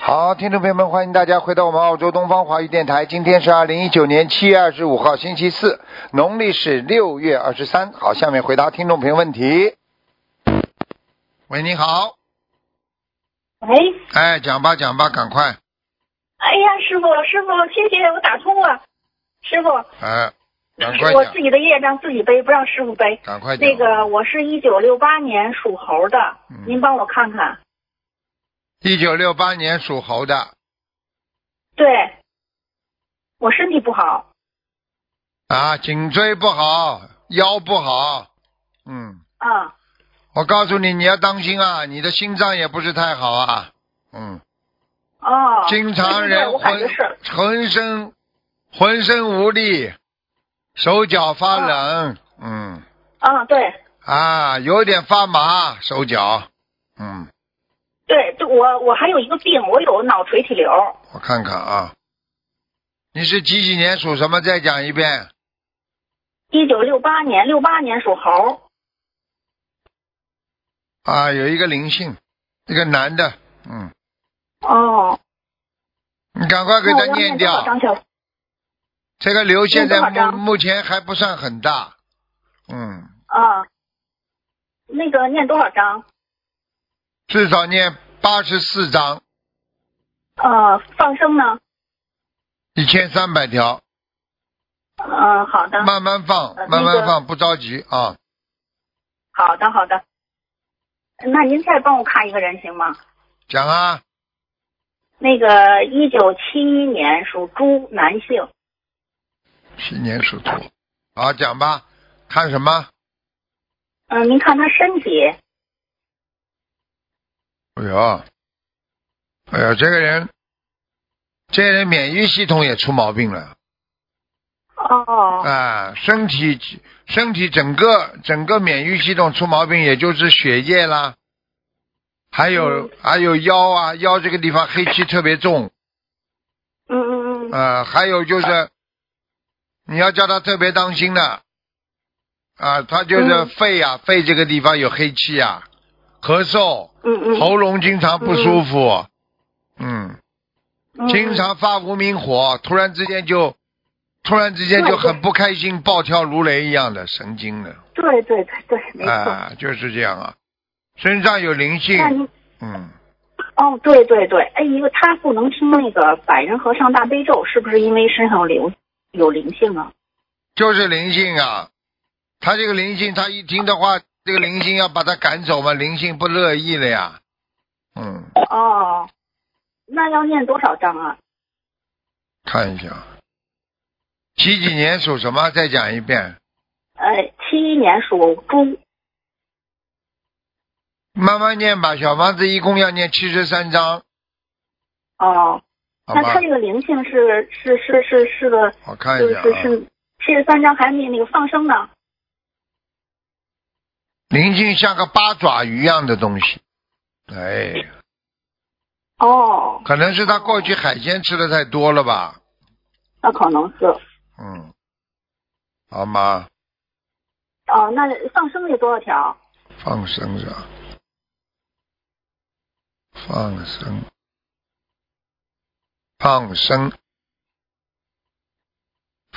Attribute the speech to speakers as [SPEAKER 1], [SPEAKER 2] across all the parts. [SPEAKER 1] 好，听众朋友们，欢迎大家回到我们澳洲东方华语电台。今天是二零一九年七月二十五号，星期四，农历是六月二十三。好，下面回答听众朋友问题。喂，你好，
[SPEAKER 2] 喂，
[SPEAKER 1] 哎，讲吧，讲吧，赶快，
[SPEAKER 2] 哎呀，师傅，师傅，谢谢我打通了，师傅，
[SPEAKER 1] 哎，赶快
[SPEAKER 2] 我
[SPEAKER 1] 讲
[SPEAKER 2] 自，己的业障自己背，不让师傅背。
[SPEAKER 1] 赶快讲。
[SPEAKER 2] 那个，我是一九六八年属猴的，
[SPEAKER 1] 嗯
[SPEAKER 2] 您帮我看看。
[SPEAKER 1] 一九六八年属猴的，
[SPEAKER 2] 对，我身体不好，
[SPEAKER 1] 啊，颈椎不好，腰不好，嗯，
[SPEAKER 2] 啊、
[SPEAKER 1] 我告诉你，你要当心啊，你的心脏也不是太好啊，嗯，
[SPEAKER 2] 哦，
[SPEAKER 1] 经常
[SPEAKER 2] 对对对
[SPEAKER 1] 人
[SPEAKER 2] 我感觉
[SPEAKER 1] 浑
[SPEAKER 2] 是，
[SPEAKER 1] 浑身浑身无力，手脚发冷，嗯，
[SPEAKER 2] 啊、对
[SPEAKER 1] 啊，有点发麻手脚，嗯，
[SPEAKER 2] 对，对我我还有一个病，我有脑垂体瘤，
[SPEAKER 1] 我看看啊，你是几几年属什么？再讲一遍，
[SPEAKER 2] 一九六八年，六八年属猴，
[SPEAKER 1] 啊，有一个灵性，一个男的，嗯，
[SPEAKER 2] 哦，
[SPEAKER 1] 你赶快给
[SPEAKER 2] 那我
[SPEAKER 1] 他
[SPEAKER 2] 要
[SPEAKER 1] 念
[SPEAKER 2] 多少
[SPEAKER 1] 掉。
[SPEAKER 2] 张小？
[SPEAKER 1] 这个瘤现
[SPEAKER 2] 念多
[SPEAKER 1] 在
[SPEAKER 2] 少
[SPEAKER 1] 目
[SPEAKER 2] 张
[SPEAKER 1] 目前还不算很大，嗯，
[SPEAKER 2] 啊、那个念多少张？
[SPEAKER 1] 至少念八十四张，
[SPEAKER 2] 呃，放生呢？
[SPEAKER 1] 一千三百条，
[SPEAKER 2] 嗯、好的，
[SPEAKER 1] 慢慢放
[SPEAKER 2] 呃，
[SPEAKER 1] 慢
[SPEAKER 2] 那
[SPEAKER 1] 慢
[SPEAKER 2] 个
[SPEAKER 1] 放，不着急啊。
[SPEAKER 2] 好的，好的。那您再帮我看一个人行吗？
[SPEAKER 1] 讲啊，
[SPEAKER 2] 那个一九七一年属猪男性，
[SPEAKER 1] 七年属兔，好讲吧，看什么？
[SPEAKER 2] 嗯、您看他身体，
[SPEAKER 1] 哎呦，哎呦，这个人，这个人免疫系统也出毛病了
[SPEAKER 2] 哦，
[SPEAKER 1] 啊，身体身体整个整个免疫系统出毛病，也就是血液啦，还有、还有腰啊，腰这个地方黑气特别重。
[SPEAKER 2] 嗯嗯嗯，
[SPEAKER 1] 呃，还有就是，你要叫他特别当心的，啊，他就是
[SPEAKER 2] 嗯
[SPEAKER 1] 肺啊，肺这个地方有黑气啊，咳嗽，
[SPEAKER 2] 嗯嗯，
[SPEAKER 1] 喉咙经常不舒服，嗯，
[SPEAKER 2] 嗯
[SPEAKER 1] 经常发无名火，突然之间就，突然之间就很不开心，暴跳如雷一样的神经的，
[SPEAKER 2] 嗯对对对对，没错。
[SPEAKER 1] 啊，就是这样啊，身上有灵
[SPEAKER 2] 那
[SPEAKER 1] 性，
[SPEAKER 2] 您
[SPEAKER 1] 嗯，
[SPEAKER 2] 哦，对对对，哎，一个他不能听那个百人和尚大悲咒，是不是因为身上有灵有灵性啊？
[SPEAKER 1] 就是灵性啊，他这个灵性，他一听的话，这个灵性要把他赶走嘛，灵性不乐意了呀。嗯，
[SPEAKER 2] 哦，那要念多少章啊？
[SPEAKER 1] 看一下，几几年属什么？再讲一遍，
[SPEAKER 2] 呃，七一年属猪，
[SPEAKER 1] 慢慢念吧。小房子一共要念七十三章，
[SPEAKER 2] 哦，
[SPEAKER 1] 好
[SPEAKER 2] 那
[SPEAKER 1] 吧
[SPEAKER 2] 他？这个灵性是是是是是个，
[SPEAKER 1] 我看
[SPEAKER 2] 就
[SPEAKER 1] 一
[SPEAKER 2] 是
[SPEAKER 1] 下
[SPEAKER 2] 是
[SPEAKER 1] 啊，
[SPEAKER 2] 是七十三章还没那个放生呢。
[SPEAKER 1] 灵性像个八爪鱼一样的东西，哎，
[SPEAKER 2] 哦，
[SPEAKER 1] 可能是他过去海鲜吃的太多了吧？
[SPEAKER 2] 那可能是
[SPEAKER 1] 嗯，好吗？
[SPEAKER 2] 哦，那放生得多少条？
[SPEAKER 1] 放生是吧？放生，放生，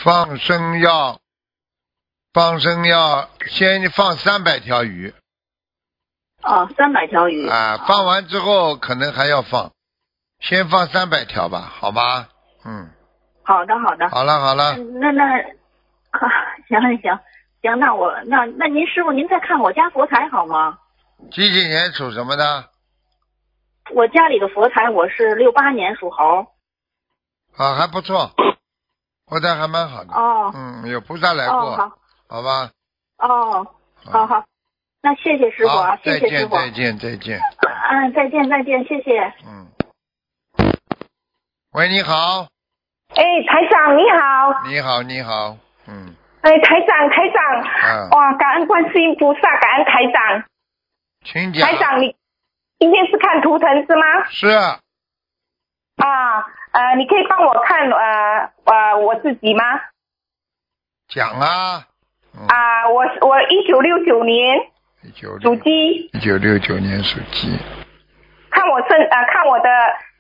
[SPEAKER 1] 放生要，放生要先放三百条鱼
[SPEAKER 2] 哦，三百条鱼。
[SPEAKER 1] 啊，放完之后可能还要放，先放三百条吧，好吗？嗯，
[SPEAKER 2] 好的好的，
[SPEAKER 1] 好了好了，
[SPEAKER 2] 嗯那那，啊，行行行行，那我那那您师傅您再看我家佛台好吗？
[SPEAKER 1] 几几年属什么的？
[SPEAKER 2] 我家里的佛台我是六八年属猴。
[SPEAKER 1] 啊，还不错，活得还蛮好的，
[SPEAKER 2] 哦
[SPEAKER 1] 嗯，有菩萨来过，
[SPEAKER 2] 哦
[SPEAKER 1] 好吧？
[SPEAKER 2] 好哦好好，那谢谢师傅啊
[SPEAKER 1] 好，，再
[SPEAKER 2] 谢谢师
[SPEAKER 1] 见，
[SPEAKER 2] 傅。
[SPEAKER 1] 再见，再见。
[SPEAKER 2] 嗯，再见再见，谢谢。
[SPEAKER 1] 嗯。喂，你好，
[SPEAKER 3] 哎，台长你好，
[SPEAKER 1] 你好，你好，嗯，
[SPEAKER 3] 哎，台长台长，
[SPEAKER 1] 嗯
[SPEAKER 3] 哇，感恩观世音菩萨，感恩台长，
[SPEAKER 1] 请讲。
[SPEAKER 3] 台长你今天是看图腾是吗？
[SPEAKER 1] 是
[SPEAKER 3] 啊，呃，你可以帮我看呃呃我自己吗？
[SPEAKER 1] 嗯讲啊，嗯，
[SPEAKER 3] 啊，我是我一九六九年
[SPEAKER 1] 一九
[SPEAKER 3] 属
[SPEAKER 1] 六
[SPEAKER 3] 鸡，
[SPEAKER 1] 一九六九年属鸡，
[SPEAKER 3] 看我身身呃看我的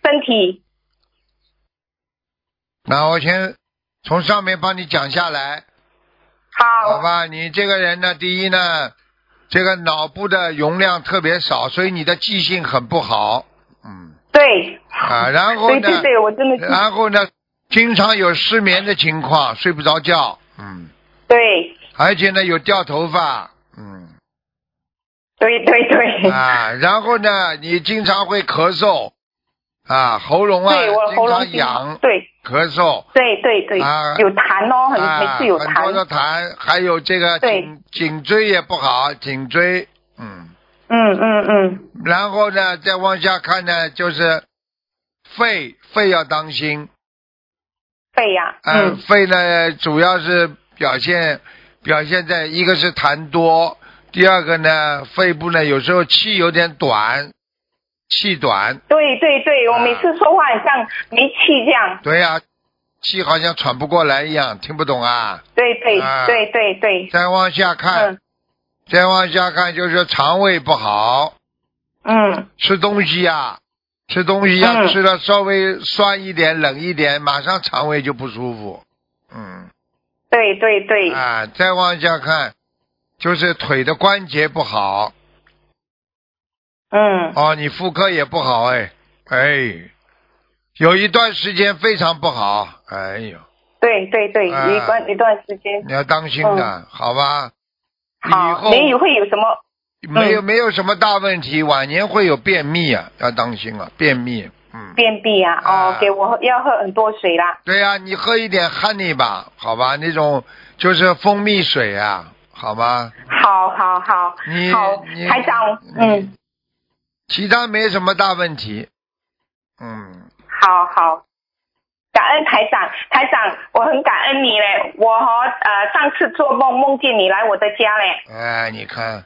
[SPEAKER 3] 身体。
[SPEAKER 1] 那我先从上面帮你讲下来，好
[SPEAKER 3] 好，
[SPEAKER 1] 吧？你这个人呢，第一呢，这个脑部的容量特别少，所以你的记性很不好，嗯
[SPEAKER 3] 对，
[SPEAKER 1] 啊，然后
[SPEAKER 3] 对对
[SPEAKER 1] 呢，呃
[SPEAKER 3] 对，我真的是
[SPEAKER 1] 然后呢，经常有失眠的情况，睡不着觉，嗯，
[SPEAKER 3] 对
[SPEAKER 1] 而且呢有掉头发，嗯
[SPEAKER 3] 对对对，
[SPEAKER 1] 啊，然后呢，你经常会咳嗽，啊，喉咙啊
[SPEAKER 3] 对我喉
[SPEAKER 1] 经
[SPEAKER 3] 咙
[SPEAKER 1] 常
[SPEAKER 3] 经常
[SPEAKER 1] 痒，
[SPEAKER 3] 对
[SPEAKER 1] 咳嗽，
[SPEAKER 3] 对对对，
[SPEAKER 1] 啊
[SPEAKER 3] 有痰哦，很
[SPEAKER 1] 啊，
[SPEAKER 3] 每次有
[SPEAKER 1] 很多
[SPEAKER 3] 痰
[SPEAKER 1] 的，痰，还有这个
[SPEAKER 3] 对
[SPEAKER 1] 颈颈椎也不好，颈椎，嗯，
[SPEAKER 3] 嗯嗯嗯，
[SPEAKER 1] 然后呢，再往下看呢，就是肺，肺要当心，
[SPEAKER 3] 肺呀，
[SPEAKER 1] 呃
[SPEAKER 3] 嗯
[SPEAKER 1] 肺呢主要是表现表现在一个是痰多，第二个呢，肺部呢有时候气有点短，气短，
[SPEAKER 3] 对对对，我
[SPEAKER 1] 啊
[SPEAKER 3] 每次说话很像没气这样，
[SPEAKER 1] 对呀、气好像喘不过来一样，听不懂啊。
[SPEAKER 3] 对对
[SPEAKER 1] 啊
[SPEAKER 3] 对对对，
[SPEAKER 1] 再往下看，
[SPEAKER 3] 嗯
[SPEAKER 1] 再往下看就是肠胃不好。
[SPEAKER 3] 嗯
[SPEAKER 1] 吃东西呀、吃东西呀、
[SPEAKER 3] 嗯
[SPEAKER 1] 吃了稍微酸一点、冷一点，马上肠胃就不舒服。嗯，
[SPEAKER 3] 对对对，
[SPEAKER 1] 啊，再往下看，就是腿的关节不好
[SPEAKER 3] 嗯
[SPEAKER 1] 哦，你妇科也不好哎，哎，有一段时间非常不好，哎呦，
[SPEAKER 3] 对对对，
[SPEAKER 1] 啊
[SPEAKER 3] 一段一段时间
[SPEAKER 1] 你要当心的，好吧？以
[SPEAKER 3] 嗯好，
[SPEAKER 1] 后
[SPEAKER 3] 没有嗯会有什么
[SPEAKER 1] 没有、没有什么大问题，晚年会有便秘啊，要当心啊，便秘，嗯。
[SPEAKER 3] 便秘啊？
[SPEAKER 1] 啊
[SPEAKER 3] 哦，给我喝要喝很多水啦。
[SPEAKER 1] 对呀、你喝一点 honey 吧，好吧，那种就是蜂蜜水啊，好吗？
[SPEAKER 3] 好好好
[SPEAKER 1] 你，
[SPEAKER 3] 好
[SPEAKER 1] 你，
[SPEAKER 3] 台长，
[SPEAKER 1] 你
[SPEAKER 3] 嗯，
[SPEAKER 1] 其他没什么大问题。嗯，
[SPEAKER 3] 好好，感恩台长，台长，我很感恩你嘞。我和呃上次做梦梦见你来我的家嘞，
[SPEAKER 1] 哎，你看，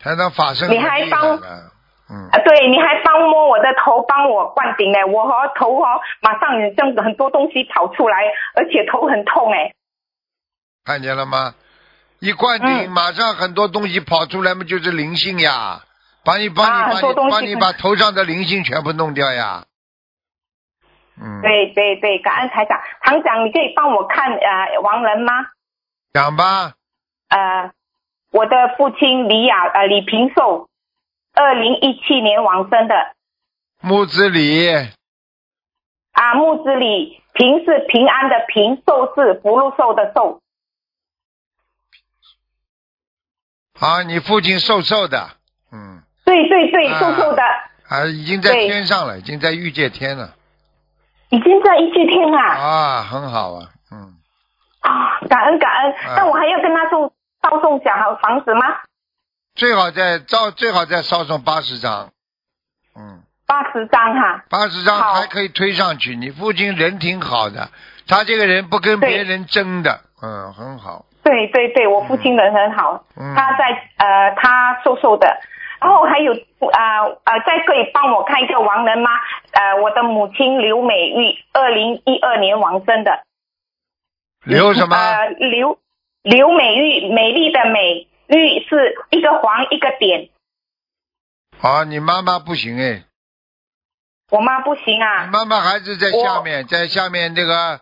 [SPEAKER 1] 他的法身
[SPEAKER 3] 你还
[SPEAKER 1] 很厉害
[SPEAKER 3] 帮
[SPEAKER 1] 了嗯，
[SPEAKER 3] 啊，对，你还帮摸我的头，帮我灌顶嘞。我和头哦，马上有这样子很多东西跑出来，而且头很痛哎。
[SPEAKER 1] 看见了吗？一灌顶，
[SPEAKER 3] 嗯
[SPEAKER 1] 马上很多东西跑出来嘛，就是灵性呀，把你帮
[SPEAKER 3] 啊
[SPEAKER 1] 你把
[SPEAKER 3] 很多
[SPEAKER 1] 你
[SPEAKER 3] 东西
[SPEAKER 1] 把你
[SPEAKER 3] 会
[SPEAKER 1] 把头上的灵性全部弄掉呀。嗯，
[SPEAKER 3] 对对对，感恩台长，堂长，你可以帮我看呃王人吗？
[SPEAKER 1] 讲吧，
[SPEAKER 3] 呃，我的父亲李雅呃李平寿，二零一七年往生的
[SPEAKER 1] 木子李。
[SPEAKER 3] 啊，木子李平是平安的平，寿是福禄寿的寿，
[SPEAKER 1] 啊，你父亲瘦瘦的，嗯，
[SPEAKER 3] 对对对，
[SPEAKER 1] 啊
[SPEAKER 3] 瘦瘦的，
[SPEAKER 1] 啊，已经在
[SPEAKER 3] 对
[SPEAKER 1] 天上了，已经在欲界天了，
[SPEAKER 3] 已经在一句天啊
[SPEAKER 1] 啊，很好啊，嗯，
[SPEAKER 3] 啊，感恩感恩
[SPEAKER 1] 啊，
[SPEAKER 3] 那我还要跟他送烧送小好房子吗？
[SPEAKER 1] 最好再照，最好再烧送八十张，嗯，
[SPEAKER 3] 八十张哈，
[SPEAKER 1] 八十张
[SPEAKER 3] 好
[SPEAKER 1] 还可以推上去。你父亲人挺好的，他这个人不跟
[SPEAKER 3] 对
[SPEAKER 1] 别人争的，嗯，很好，
[SPEAKER 3] 对对对，我父亲人很好，
[SPEAKER 1] 嗯
[SPEAKER 3] 他在呃他瘦瘦的。然后还有啊呃呃，再可以帮我看一个亡人吗？呃，我的母亲刘美玉，二零一二年往生的。
[SPEAKER 1] 留什么？
[SPEAKER 3] 呃，刘刘美玉，美丽的美，玉是一个黄一个点。
[SPEAKER 1] 啊，你妈妈不行哎，
[SPEAKER 3] 我妈不行
[SPEAKER 1] 你
[SPEAKER 3] 啊，
[SPEAKER 1] 妈妈还是在
[SPEAKER 3] 我
[SPEAKER 1] 下面，在下面那个，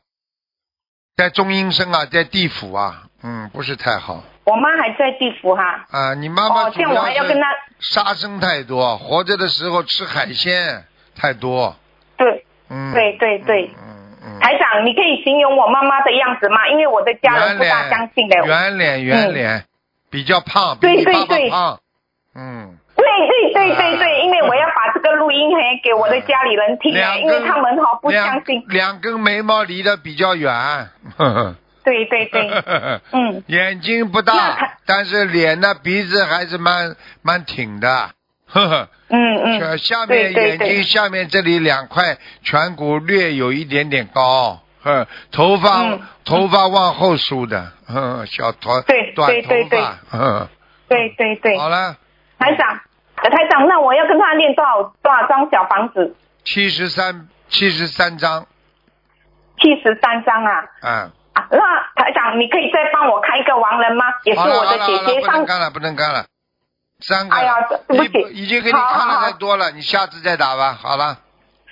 [SPEAKER 1] 在中阴身啊，在地府啊，嗯，不是太好
[SPEAKER 3] 我妈还在地府哈、
[SPEAKER 1] 啊。你妈妈
[SPEAKER 3] 哦，
[SPEAKER 1] 主
[SPEAKER 3] 这样我还要
[SPEAKER 1] 是
[SPEAKER 3] 跟她
[SPEAKER 1] 杀生太多，活着的时候吃海鲜太多。
[SPEAKER 3] 对
[SPEAKER 1] 嗯，
[SPEAKER 3] 对对对。
[SPEAKER 1] 嗯嗯。
[SPEAKER 3] 台长，你可以形容我妈妈的样子吗？因为我的家人
[SPEAKER 1] 圆
[SPEAKER 3] 不大
[SPEAKER 1] 脸，
[SPEAKER 3] 相信的。嗯
[SPEAKER 1] 圆脸，圆脸，比较胖，比
[SPEAKER 3] 对
[SPEAKER 1] 你
[SPEAKER 3] 对
[SPEAKER 1] 爸爸
[SPEAKER 3] 对
[SPEAKER 1] 胖。嗯，
[SPEAKER 3] 对对对对
[SPEAKER 1] 啊
[SPEAKER 3] 对，因为我要把这个录音还给我的家里人听啊，
[SPEAKER 1] 两
[SPEAKER 3] 因为
[SPEAKER 1] 根
[SPEAKER 3] 他们哈不相
[SPEAKER 1] 两
[SPEAKER 3] 信。
[SPEAKER 1] 两根眉毛离得比较远。呵
[SPEAKER 3] 对对对，
[SPEAKER 1] 呵
[SPEAKER 3] 嗯，
[SPEAKER 1] 眼睛不
[SPEAKER 3] 那
[SPEAKER 1] 大
[SPEAKER 3] 他，
[SPEAKER 1] 但是脸呢，鼻子还是蛮蛮挺的。呵 呵。
[SPEAKER 3] 嗯嗯，
[SPEAKER 1] 下下面
[SPEAKER 3] 对对
[SPEAKER 1] 眼睛
[SPEAKER 3] 对
[SPEAKER 1] 下面这里两块颧骨略有一点点高， 呵，头发、
[SPEAKER 3] 嗯
[SPEAKER 1] 头发往后梳的， 呵，小头
[SPEAKER 3] 对
[SPEAKER 1] 短
[SPEAKER 3] 对
[SPEAKER 1] 头
[SPEAKER 3] 对对
[SPEAKER 1] 发， 呵，
[SPEAKER 3] 对对对。
[SPEAKER 1] 好了，
[SPEAKER 3] 台长，呃台长，那我要跟他念多少多少张小房子？
[SPEAKER 1] 七十三七十三张，
[SPEAKER 3] 七十三张啊
[SPEAKER 1] 啊，
[SPEAKER 3] 啊！那台长，你可以再帮我看一个亡人吗？也是
[SPEAKER 1] 好了
[SPEAKER 3] 我
[SPEAKER 1] 好
[SPEAKER 3] 的
[SPEAKER 1] 了
[SPEAKER 3] 姐
[SPEAKER 1] 好了，不
[SPEAKER 3] 姐
[SPEAKER 1] 能
[SPEAKER 3] 上
[SPEAKER 1] 干了不能干了，三个了。
[SPEAKER 3] 哎呀对不起
[SPEAKER 1] 你已经给你看
[SPEAKER 3] 好好
[SPEAKER 1] 了
[SPEAKER 3] 好
[SPEAKER 1] 太多了，你下次再打吧。好了，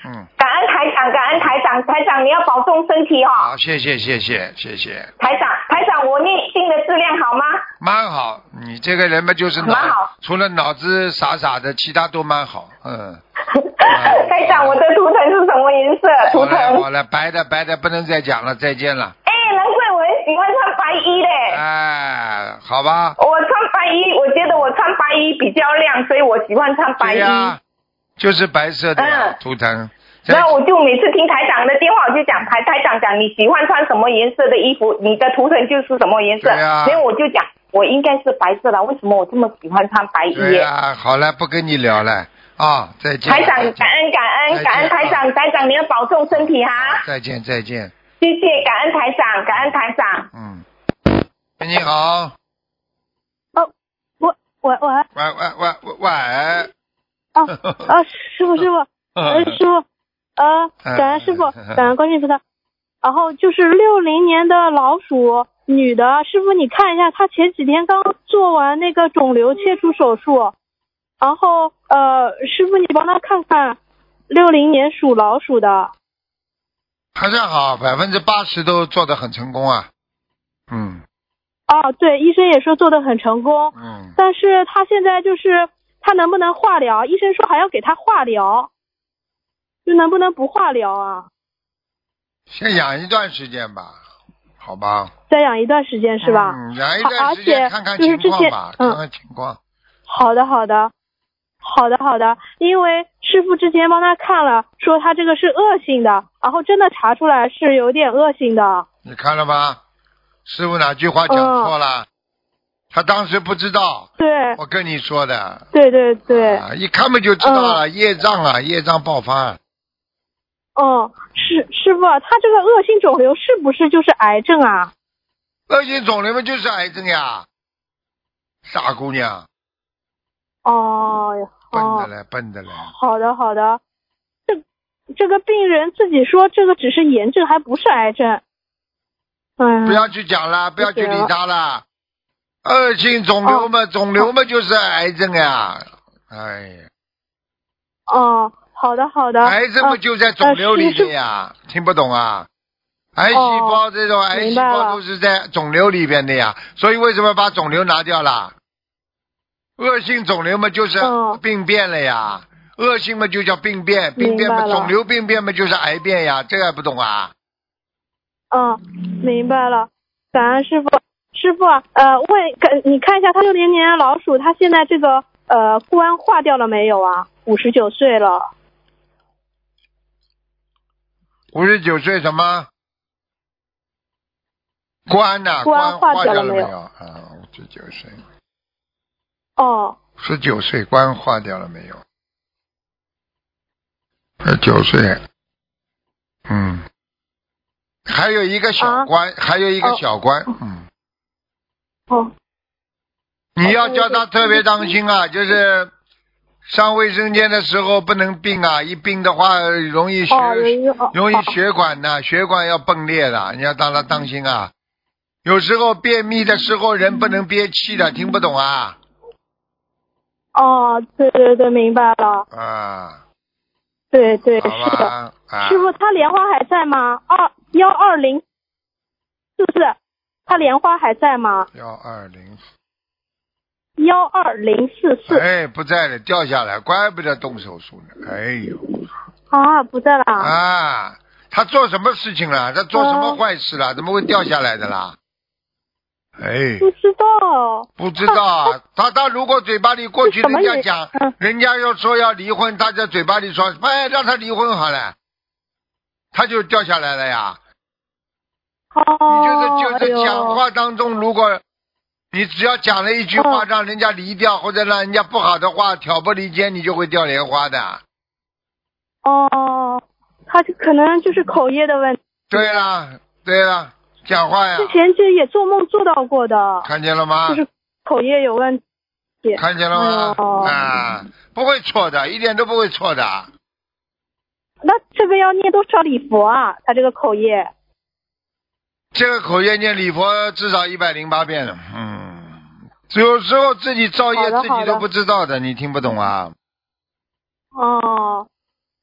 [SPEAKER 1] 嗯，
[SPEAKER 3] 感恩台长，感恩台长，台长你要保重身体哦。
[SPEAKER 1] 好，谢谢谢谢谢谢，
[SPEAKER 3] 台长，台长，我念经的质量好吗？
[SPEAKER 1] 蛮好。你这个人嘛，就是脑
[SPEAKER 3] 蛮好，
[SPEAKER 1] 除了脑子傻傻的，其他都蛮好。嗯，
[SPEAKER 3] 台长，我的图腾是什么颜色？图
[SPEAKER 1] 好
[SPEAKER 3] 腾。
[SPEAKER 1] 了好了，白的白的不能再讲了，再见了。
[SPEAKER 3] 哎，难怪我很喜欢穿白衣嘞。
[SPEAKER 1] 哎，好吧，
[SPEAKER 3] 我穿白衣，我觉得我穿白衣比较亮，所以我喜欢穿白
[SPEAKER 1] 对啊
[SPEAKER 3] 衣。嗯
[SPEAKER 1] 呀、就是白色的呀、图腾。
[SPEAKER 3] 然后我就每次听台长的电话，我就讲台台长讲你喜欢穿什么颜色的衣服，你的图腾就是什么颜色。
[SPEAKER 1] 对啊呀
[SPEAKER 3] 所以我就讲我应该是白色的，为什么我这么喜欢穿白 衣？
[SPEAKER 1] 对啊呀、好了，不跟你聊了啊，再见。
[SPEAKER 3] 台长，
[SPEAKER 1] 再见
[SPEAKER 3] 感恩感
[SPEAKER 1] 再见
[SPEAKER 3] 恩感恩台长，台长你要保重身体哈、
[SPEAKER 1] 再见再见，
[SPEAKER 3] 谢谢感恩台长，感恩台长。
[SPEAKER 1] 嗯。喂，你好，
[SPEAKER 4] 哦，我我我
[SPEAKER 1] 喂喂喂喂喂，
[SPEAKER 4] 哦
[SPEAKER 1] 嗯
[SPEAKER 4] 哦，师傅师傅，呃师傅，呃感恩师傅，感恩观世音菩萨。然后就是六零年的老鼠女的，师傅你看一下，她前几天刚做完那个肿瘤切除手术，然后呃师傅你帮她看看，六零年属老鼠的，
[SPEAKER 1] 还算好，百分之八十都做得很成功啊，嗯
[SPEAKER 4] 哦对，医生也说做的很成功，
[SPEAKER 1] 嗯，
[SPEAKER 4] 但是她现在就是她能不能化疗？医生说还要给她化疗，就能不能不化疗啊？
[SPEAKER 1] 先养一段时间吧，好吧，
[SPEAKER 4] 再养一段时间是吧？
[SPEAKER 1] 嗯，养一段时
[SPEAKER 4] 而
[SPEAKER 1] 间
[SPEAKER 4] 且
[SPEAKER 1] 看看
[SPEAKER 4] 就是
[SPEAKER 1] 情
[SPEAKER 4] 之
[SPEAKER 1] 况
[SPEAKER 4] 前
[SPEAKER 1] 吧，
[SPEAKER 4] 嗯
[SPEAKER 1] 看看情况，
[SPEAKER 4] 好的，好的，好的，好的。因为师傅之前帮他看了，说他这个是恶性的，然后真的查出来是有点恶性的。
[SPEAKER 1] 你看了吗？师傅哪句话讲
[SPEAKER 4] 嗯
[SPEAKER 1] 错了？他当时不知道，
[SPEAKER 4] 对，
[SPEAKER 1] 我跟你说的，
[SPEAKER 4] 对对对，
[SPEAKER 1] 啊，一看嘛就知道了，业障啊，业障爆发，
[SPEAKER 4] 嗯，师师傅，啊他这个恶性肿瘤是不是就是癌症啊？
[SPEAKER 1] 恶性肿瘤嘛就是癌症呀，傻姑娘，
[SPEAKER 4] 哦
[SPEAKER 1] 笨的
[SPEAKER 4] 哦，
[SPEAKER 1] 嘞，笨的嘞，
[SPEAKER 4] 好的好的，这这个病人自己说这个只是炎症，还不是癌症。嗯，啊
[SPEAKER 1] 不要去讲了，不要去理他了。
[SPEAKER 4] 哦
[SPEAKER 1] 恶性肿瘤嘛，肿瘤嘛就是癌症呀，哎呀，
[SPEAKER 4] 哦，好的好的，
[SPEAKER 1] 癌症
[SPEAKER 4] 嗯
[SPEAKER 1] 哎不就在肿瘤里面呀？听不懂啊？癌细胞这种癌细
[SPEAKER 4] 哦明白
[SPEAKER 1] 胞
[SPEAKER 4] 了
[SPEAKER 1] 都是在肿瘤里边的呀，所以为什么把肿瘤拿掉了？恶性肿瘤嘛就是
[SPEAKER 4] 哦
[SPEAKER 1] 病变了呀，恶性嘛就叫病变，病变嘛
[SPEAKER 4] 明白了
[SPEAKER 1] 肿瘤病变嘛就是癌变呀，这个还不懂啊？
[SPEAKER 4] 嗯，明白了，感恩师傅。师傅，呃，问，跟你看一下他六零年老鼠，他现在这个呃官化掉了没有啊？五十九岁了，
[SPEAKER 1] 五十九岁什么？关呐、
[SPEAKER 4] 关
[SPEAKER 1] 关
[SPEAKER 4] 化
[SPEAKER 1] 掉
[SPEAKER 4] 掉
[SPEAKER 1] 没
[SPEAKER 4] 了没有
[SPEAKER 1] 有？啊，五十九岁，
[SPEAKER 4] 哦，
[SPEAKER 1] 十九岁关化掉了没有？二九岁，嗯，还有一个小
[SPEAKER 4] 啊
[SPEAKER 1] 关，还有一个
[SPEAKER 4] 哦
[SPEAKER 1] 小关，嗯，
[SPEAKER 4] 哦，
[SPEAKER 1] 你要
[SPEAKER 4] 哦
[SPEAKER 1] 叫他特别当心啊，就是上卫生间的时候不能病啊，一病的话容易血
[SPEAKER 4] 哦，有一个，哦
[SPEAKER 1] 容易血管呐、血管要崩裂的，你要当他当心啊。有时候便秘的时候人不能憋气的，听不懂啊
[SPEAKER 4] 哦，对对对，明白了，
[SPEAKER 1] 啊，
[SPEAKER 4] 对对
[SPEAKER 1] 好
[SPEAKER 4] 是的。
[SPEAKER 1] 吧啊，
[SPEAKER 4] 师傅，他莲花还在吗？二幺二零，是不是？他莲花还在吗？
[SPEAKER 1] 幺二零，
[SPEAKER 4] 幺二零四四
[SPEAKER 1] 哎，不在了，掉下来，怪不得动手术呢，哎呦
[SPEAKER 4] 啊，不在了啊。哦
[SPEAKER 1] 啊，他做什么事情了？他做什么坏事了？怎么会掉下来的啦？哎，
[SPEAKER 4] 不知道。
[SPEAKER 1] 不知道啊，他他如果嘴巴里过去
[SPEAKER 4] 哦是
[SPEAKER 1] 人
[SPEAKER 4] 什么
[SPEAKER 1] 家
[SPEAKER 4] 原
[SPEAKER 1] 讲
[SPEAKER 4] 嗯，
[SPEAKER 1] 人家要说要离婚，他在嘴巴里说，哎，让他离婚好了，他就掉下来了呀。
[SPEAKER 4] 哦，
[SPEAKER 1] 你就是就是讲
[SPEAKER 4] 哎呦
[SPEAKER 1] 话当中，如果你只要讲了一句话，
[SPEAKER 4] 嗯
[SPEAKER 1] 让人家离掉或者让人家不好的话，挑拨离间，你就会掉莲花的。
[SPEAKER 4] 哦，他就可能就是口业的问题，
[SPEAKER 1] 对啦，对啦，讲话哎呀啊
[SPEAKER 4] 之，前就也做梦做到过的，
[SPEAKER 1] 看见了吗
[SPEAKER 4] 就？是口业有问题。
[SPEAKER 1] 看见了吗？
[SPEAKER 4] 哦
[SPEAKER 1] 啊，不会错的，一点都不会错的。
[SPEAKER 4] 那这个要念多少礼佛啊？他这个口业
[SPEAKER 1] 这个口业念礼佛至少一百零八遍了，嗯，有时候自己造业
[SPEAKER 4] 好的
[SPEAKER 1] 自
[SPEAKER 4] 好
[SPEAKER 1] 己
[SPEAKER 4] 的
[SPEAKER 1] 都不知道的，你听不懂啊？
[SPEAKER 4] 哦，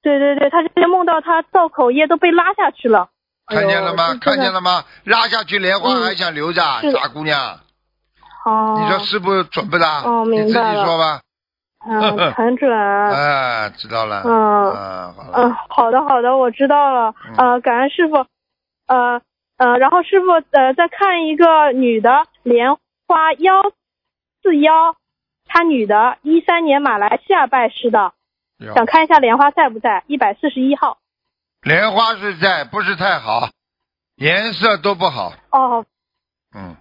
[SPEAKER 4] 对对对，他之前梦到他造口业都被拉下去了。哎呦
[SPEAKER 1] 看见了吗？看见。了吗？拉下去莲花
[SPEAKER 4] 嗯
[SPEAKER 1] 还想留着啊，
[SPEAKER 4] 是
[SPEAKER 1] 傻姑娘，
[SPEAKER 4] 这个哦。
[SPEAKER 1] 你说是不是准不啦？
[SPEAKER 4] 哦
[SPEAKER 1] 你
[SPEAKER 4] 明
[SPEAKER 1] 自己
[SPEAKER 4] 白了
[SPEAKER 1] 说吧。
[SPEAKER 4] 嗯，很准。
[SPEAKER 1] 哎，知道了。
[SPEAKER 4] 嗯
[SPEAKER 1] 啊，好了。
[SPEAKER 4] 嗯，好的好的，我知道了。呃，感恩师傅。呃呃，然后师傅呃再看一个女的莲花幺四幺，她女的，一三年马来西亚拜师的，
[SPEAKER 1] 有
[SPEAKER 4] 想看一下莲花在不在，一百四十一号。
[SPEAKER 1] 莲花是在，不是太好，颜色都不好。
[SPEAKER 4] 哦，
[SPEAKER 1] 嗯，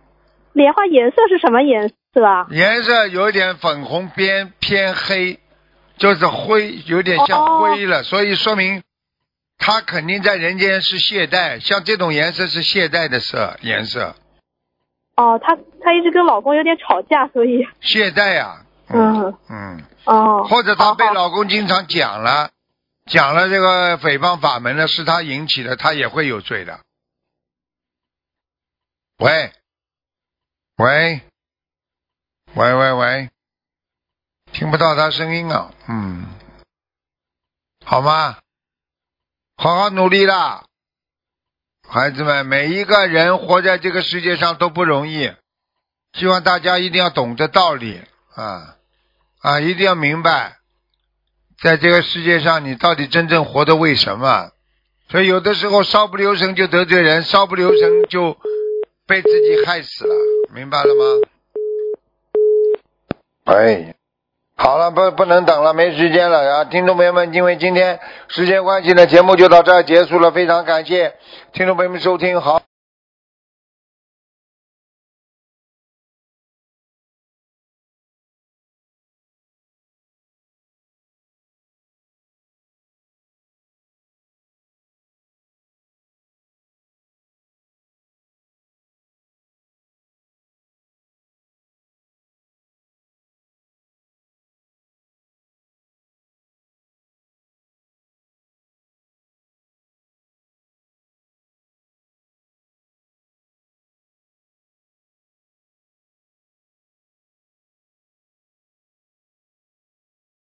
[SPEAKER 4] 莲花颜色是什么颜色啊？
[SPEAKER 1] 颜色有一点粉红边偏黑，就是灰，有点像
[SPEAKER 4] 哦
[SPEAKER 1] 灰了，所以说明他肯定在人间是懈怠。像这种颜色是懈怠的色颜色，
[SPEAKER 4] 哦，她她一直跟老公有点吵架，所以
[SPEAKER 1] 懈怠呀、
[SPEAKER 4] 嗯
[SPEAKER 1] 嗯，
[SPEAKER 4] 哦，
[SPEAKER 1] 或者她被
[SPEAKER 4] 好好
[SPEAKER 1] 老公经常讲了，讲了这个诽谤法门呢，是她引起的，她也会有罪的。喂，喂，喂喂喂，听不到她声音啊，嗯，好吗？好好努力啦，孩子们，每一个人活在这个世界上都不容易，希望大家一定要懂得道理啊啊，一定要明白，在这个世界上你到底真正活的为什么？所以有的时候稍不留神就得罪人，稍不留神就被自己害死了，明白了吗？哎，好了，不不能等了，没时间了啊！听众朋友们，因为今天时间关系呢，节目就到这儿结束了，非常感谢听众朋友们收听，好。